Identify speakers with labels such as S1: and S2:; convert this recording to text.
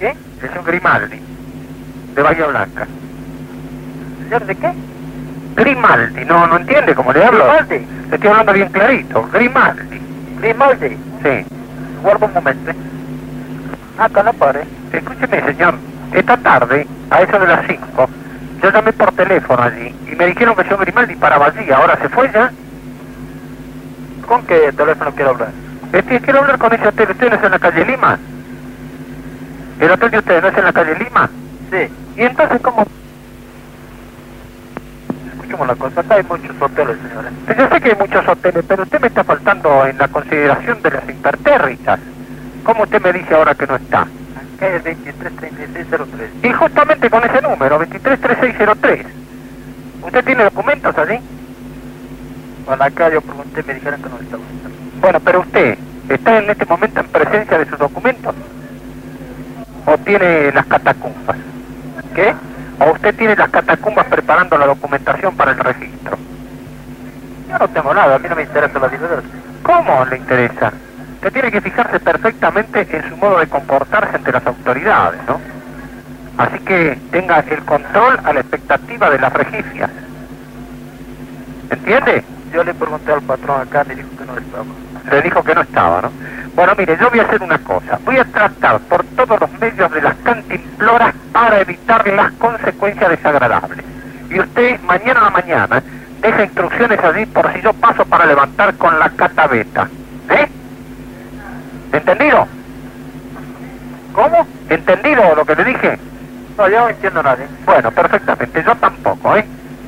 S1: ¿Eh?
S2: Es un Grimaldi, de Bahía Blanca.
S1: ¿Señor de qué?
S2: Grimaldi, no, no entiende cómo le hablo.
S1: Grimaldi.
S2: Le estoy hablando bien clarito. Grimaldi.
S1: Grimaldi.
S2: Sí.
S1: Guarda un momento. ¿eh? Acá no pare.
S2: Escúcheme, señor. Esta tarde, a eso de las 5, yo llamé por teléfono allí y me dijeron que yo Grimaldi paraba allí. Ahora se fue ya.
S1: ¿Con qué teléfono quiero hablar?
S2: Este, quiero hablar con ese hotel. ¿Usted no es en la calle Lima? ¿El hotel de ustedes no es en la calle Lima?
S1: Sí.
S2: ¿Y entonces cómo?
S1: Escuchemos la cosa. Acá hay muchos hoteles, señores.
S2: pues Yo sé que hay muchos hoteles, pero usted me está faltando en la consideración de las impertérritas. ¿Cómo usted me dice ahora que no está?
S1: Acá es 233603.
S2: Y justamente con ese número, 233603. ¿Usted tiene documentos allí?
S1: Bueno, acá yo pregunté, me dijeron que no estaba.
S2: Bueno, pero usted, ¿está en este momento en presencia de sus documentos? ¿O tiene las catacumbas?
S1: ¿Qué?
S2: ¿O usted tiene las catacumbas preparando la documentación para el registro?
S1: Yo no tengo nada, a mí no me interesa la dinero.
S2: ¿Cómo le interesa? Usted tiene que fijarse perfectamente en su modo de comportarse ante las autoridades, ¿no? Así que tenga el control a la expectativa de las regifias. ¿Entiende?
S1: Yo le pregunté al patrón acá, me dijo que no estaba.
S2: Le dijo que no estaba, ¿no? Bueno, mire, yo voy a hacer una cosa. Voy a tratar por todos los medios de las cantimploras para evitar las consecuencias desagradables. Y usted, mañana a la mañana, deja instrucciones allí por si yo paso para levantar con la catabeta. ¿Eh? ¿Entendido?
S1: ¿Cómo?
S2: ¿Entendido lo que le dije?
S1: No, yo no entiendo nada.
S2: Bueno, perfectamente. Yo tampoco, ¿eh?